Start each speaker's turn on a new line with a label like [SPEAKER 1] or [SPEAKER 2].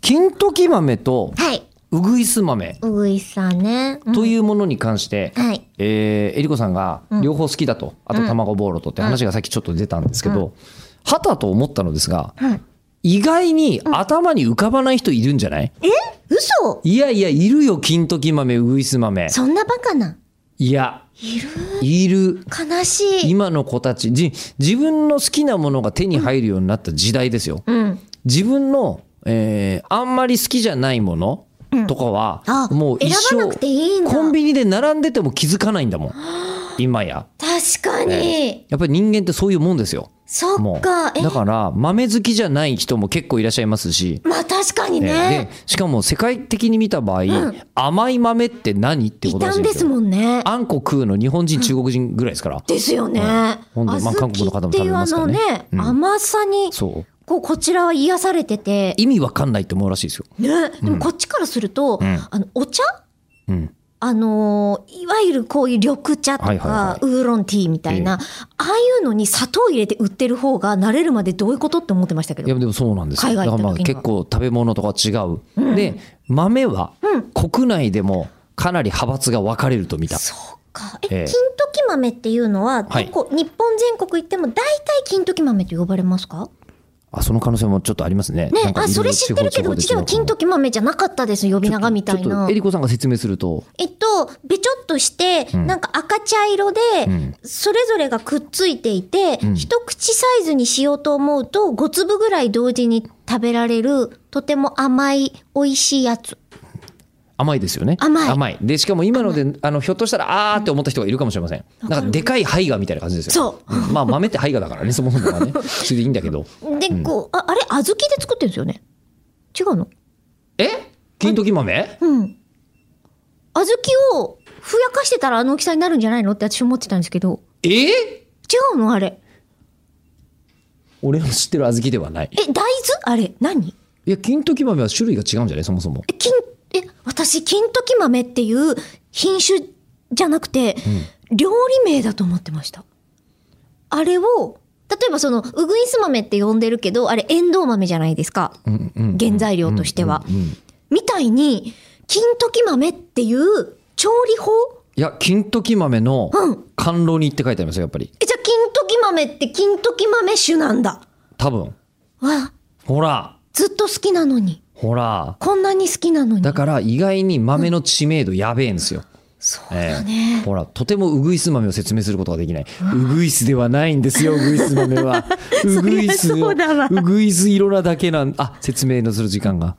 [SPEAKER 1] 金時豆と
[SPEAKER 2] はい。
[SPEAKER 1] うぐいす豆
[SPEAKER 2] うぐいすさんね。うん
[SPEAKER 1] というものに関して、
[SPEAKER 2] はい。
[SPEAKER 1] えー、えりこさんが
[SPEAKER 2] うん
[SPEAKER 1] 両方好きだと、あと卵ボーロとって話がさっきちょっと出たんですけど、はたと思ったのですが、
[SPEAKER 2] はい。
[SPEAKER 1] 意外に頭に浮かばない人いるんじゃない、
[SPEAKER 2] 嘘
[SPEAKER 1] いやいや、いるよ、金時豆、うぐいす豆。
[SPEAKER 2] そんなバカない
[SPEAKER 1] や、
[SPEAKER 2] いる
[SPEAKER 1] いる。
[SPEAKER 2] 悲しい。
[SPEAKER 1] 今の子たち、じ、自分の好きなものが手に入るようになった時代ですよ。
[SPEAKER 2] うん。
[SPEAKER 1] 自分の、えーあんまり好きじゃないものとかは、
[SPEAKER 2] あ
[SPEAKER 1] もう一生
[SPEAKER 2] 選ばなくていいんだ
[SPEAKER 1] コンビニで並んでても気づかないんだもん今や
[SPEAKER 2] 確かに。
[SPEAKER 1] やっぱり人間ってそういうもんですよ
[SPEAKER 2] そ
[SPEAKER 1] も
[SPEAKER 2] っ
[SPEAKER 1] う
[SPEAKER 2] か。え、
[SPEAKER 1] だから豆好きじゃない人も結構いらっしゃいますし、
[SPEAKER 2] まあ確かに
[SPEAKER 1] えー
[SPEAKER 2] ね
[SPEAKER 1] で。しかも世界的に見た場合、
[SPEAKER 2] ん
[SPEAKER 1] 甘い豆って何って
[SPEAKER 2] い
[SPEAKER 1] ことら
[SPEAKER 2] た
[SPEAKER 1] しいん
[SPEAKER 2] ん
[SPEAKER 1] で
[SPEAKER 2] ですす
[SPEAKER 1] よ
[SPEAKER 2] もんね。
[SPEAKER 1] あんこ食うの日本人中国人ぐらいですから、
[SPEAKER 2] ですよね。
[SPEAKER 1] ほんでまあ
[SPEAKER 2] 小
[SPEAKER 1] 韓国の方も食べますからね
[SPEAKER 2] 豆っていうあのね、
[SPEAKER 1] うん
[SPEAKER 2] 甘さに、
[SPEAKER 1] そう
[SPEAKER 2] こう、こちらは癒されてて、
[SPEAKER 1] 意味わかんないって思うらしいですよ、
[SPEAKER 2] ね、でもこっちからすると、
[SPEAKER 1] ん
[SPEAKER 2] あの、お茶
[SPEAKER 1] うん、
[SPEAKER 2] あのーいわゆるこういう緑茶とか、
[SPEAKER 1] はいはいはい
[SPEAKER 2] ウーロンティーみたいな、ああいうのに砂糖入れて売ってる方が慣れるまでどういうことって思ってましたけ
[SPEAKER 1] いや
[SPEAKER 2] ど。
[SPEAKER 1] でもそうなんですよ
[SPEAKER 2] 海外行
[SPEAKER 1] だか
[SPEAKER 2] っ
[SPEAKER 1] ら
[SPEAKER 2] た
[SPEAKER 1] まあ
[SPEAKER 2] 時には
[SPEAKER 1] 結構食べ物とか違う、で豆は国内でもかなり派閥が分かれると見た、
[SPEAKER 2] そうか。え、
[SPEAKER 1] ええ
[SPEAKER 2] 金時豆っていうのは、ど
[SPEAKER 1] はい
[SPEAKER 2] こ、日本全国行っても大体金時豆と呼ばれますか
[SPEAKER 1] あその可能性もちょっとありますねな
[SPEAKER 2] ね
[SPEAKER 1] ん、か
[SPEAKER 2] あ、
[SPEAKER 1] いろ
[SPEAKER 2] そ
[SPEAKER 1] いろ
[SPEAKER 2] れ知ってるけど、うち
[SPEAKER 1] 地
[SPEAKER 2] で
[SPEAKER 1] 方
[SPEAKER 2] は
[SPEAKER 1] 地方
[SPEAKER 2] 金
[SPEAKER 1] とか
[SPEAKER 2] 時豆じゃなかったです、呼び名がみたい
[SPEAKER 1] ちょっ
[SPEAKER 2] な
[SPEAKER 1] とえ。りこさんが説明すると
[SPEAKER 2] えっと、べちょっとして、
[SPEAKER 1] ん
[SPEAKER 2] なんか赤茶色で、
[SPEAKER 1] ん
[SPEAKER 2] それぞれがくっついていて、
[SPEAKER 1] ん
[SPEAKER 2] 一口サイズにしようと思うと、5粒ぐらい同時に食べられる、とても甘い、美味しいやつ。
[SPEAKER 1] 甘いですよね
[SPEAKER 2] 甘い
[SPEAKER 1] 甘いでしかも今のであのひょっとしたらあーって思った人がいるかもしれませんなんかでかいハイガーみたいな感じですよそうまあ豆ってハイガーだ からねそもそもはねそれでいいんだけど
[SPEAKER 2] で、こう、あ、あれ、小豆で作ってるんですよね。違うの
[SPEAKER 1] え金時豆
[SPEAKER 2] うん。小豆をふやかしてたらあの大きさになるんじゃないのって私思ってたんですけど、
[SPEAKER 1] え
[SPEAKER 2] 違うのあれ。
[SPEAKER 1] 俺の知ってる小豆ではない
[SPEAKER 2] え、大豆あれ、何
[SPEAKER 1] いや金時豆は種類が違うんじゃないそもそも
[SPEAKER 2] え、金、え、私、金時豆っていう品種じゃなくて、料理名だと思ってました。あれを、例えばその、うぐいす豆って呼んでるけど、あれ、エンドウ豆じゃないですか。
[SPEAKER 1] うんうん
[SPEAKER 2] 原材料としては。
[SPEAKER 1] うんうんうん
[SPEAKER 2] みたいに、金時豆っていう調理法
[SPEAKER 1] いや金時豆の
[SPEAKER 2] うん
[SPEAKER 1] 甘露煮って書いてありますよやっぱり
[SPEAKER 2] え、じゃあ、金時豆って金時豆種なんだ。
[SPEAKER 1] 多分
[SPEAKER 2] わ、
[SPEAKER 1] ほら
[SPEAKER 2] ずっと好きなのに。
[SPEAKER 1] ほら
[SPEAKER 2] こんなに好きなのに。
[SPEAKER 1] だから意外に豆の知名度やべえんですよ、
[SPEAKER 2] そう
[SPEAKER 1] え
[SPEAKER 2] だ
[SPEAKER 1] え
[SPEAKER 2] ね。
[SPEAKER 1] ほらとてもウグイス豆を説明することができないうぐいすではないんですよウグイ ス豆はウグイス
[SPEAKER 2] そりゃそうだわ
[SPEAKER 1] ウグイス色なだけなんあ説明のする時間が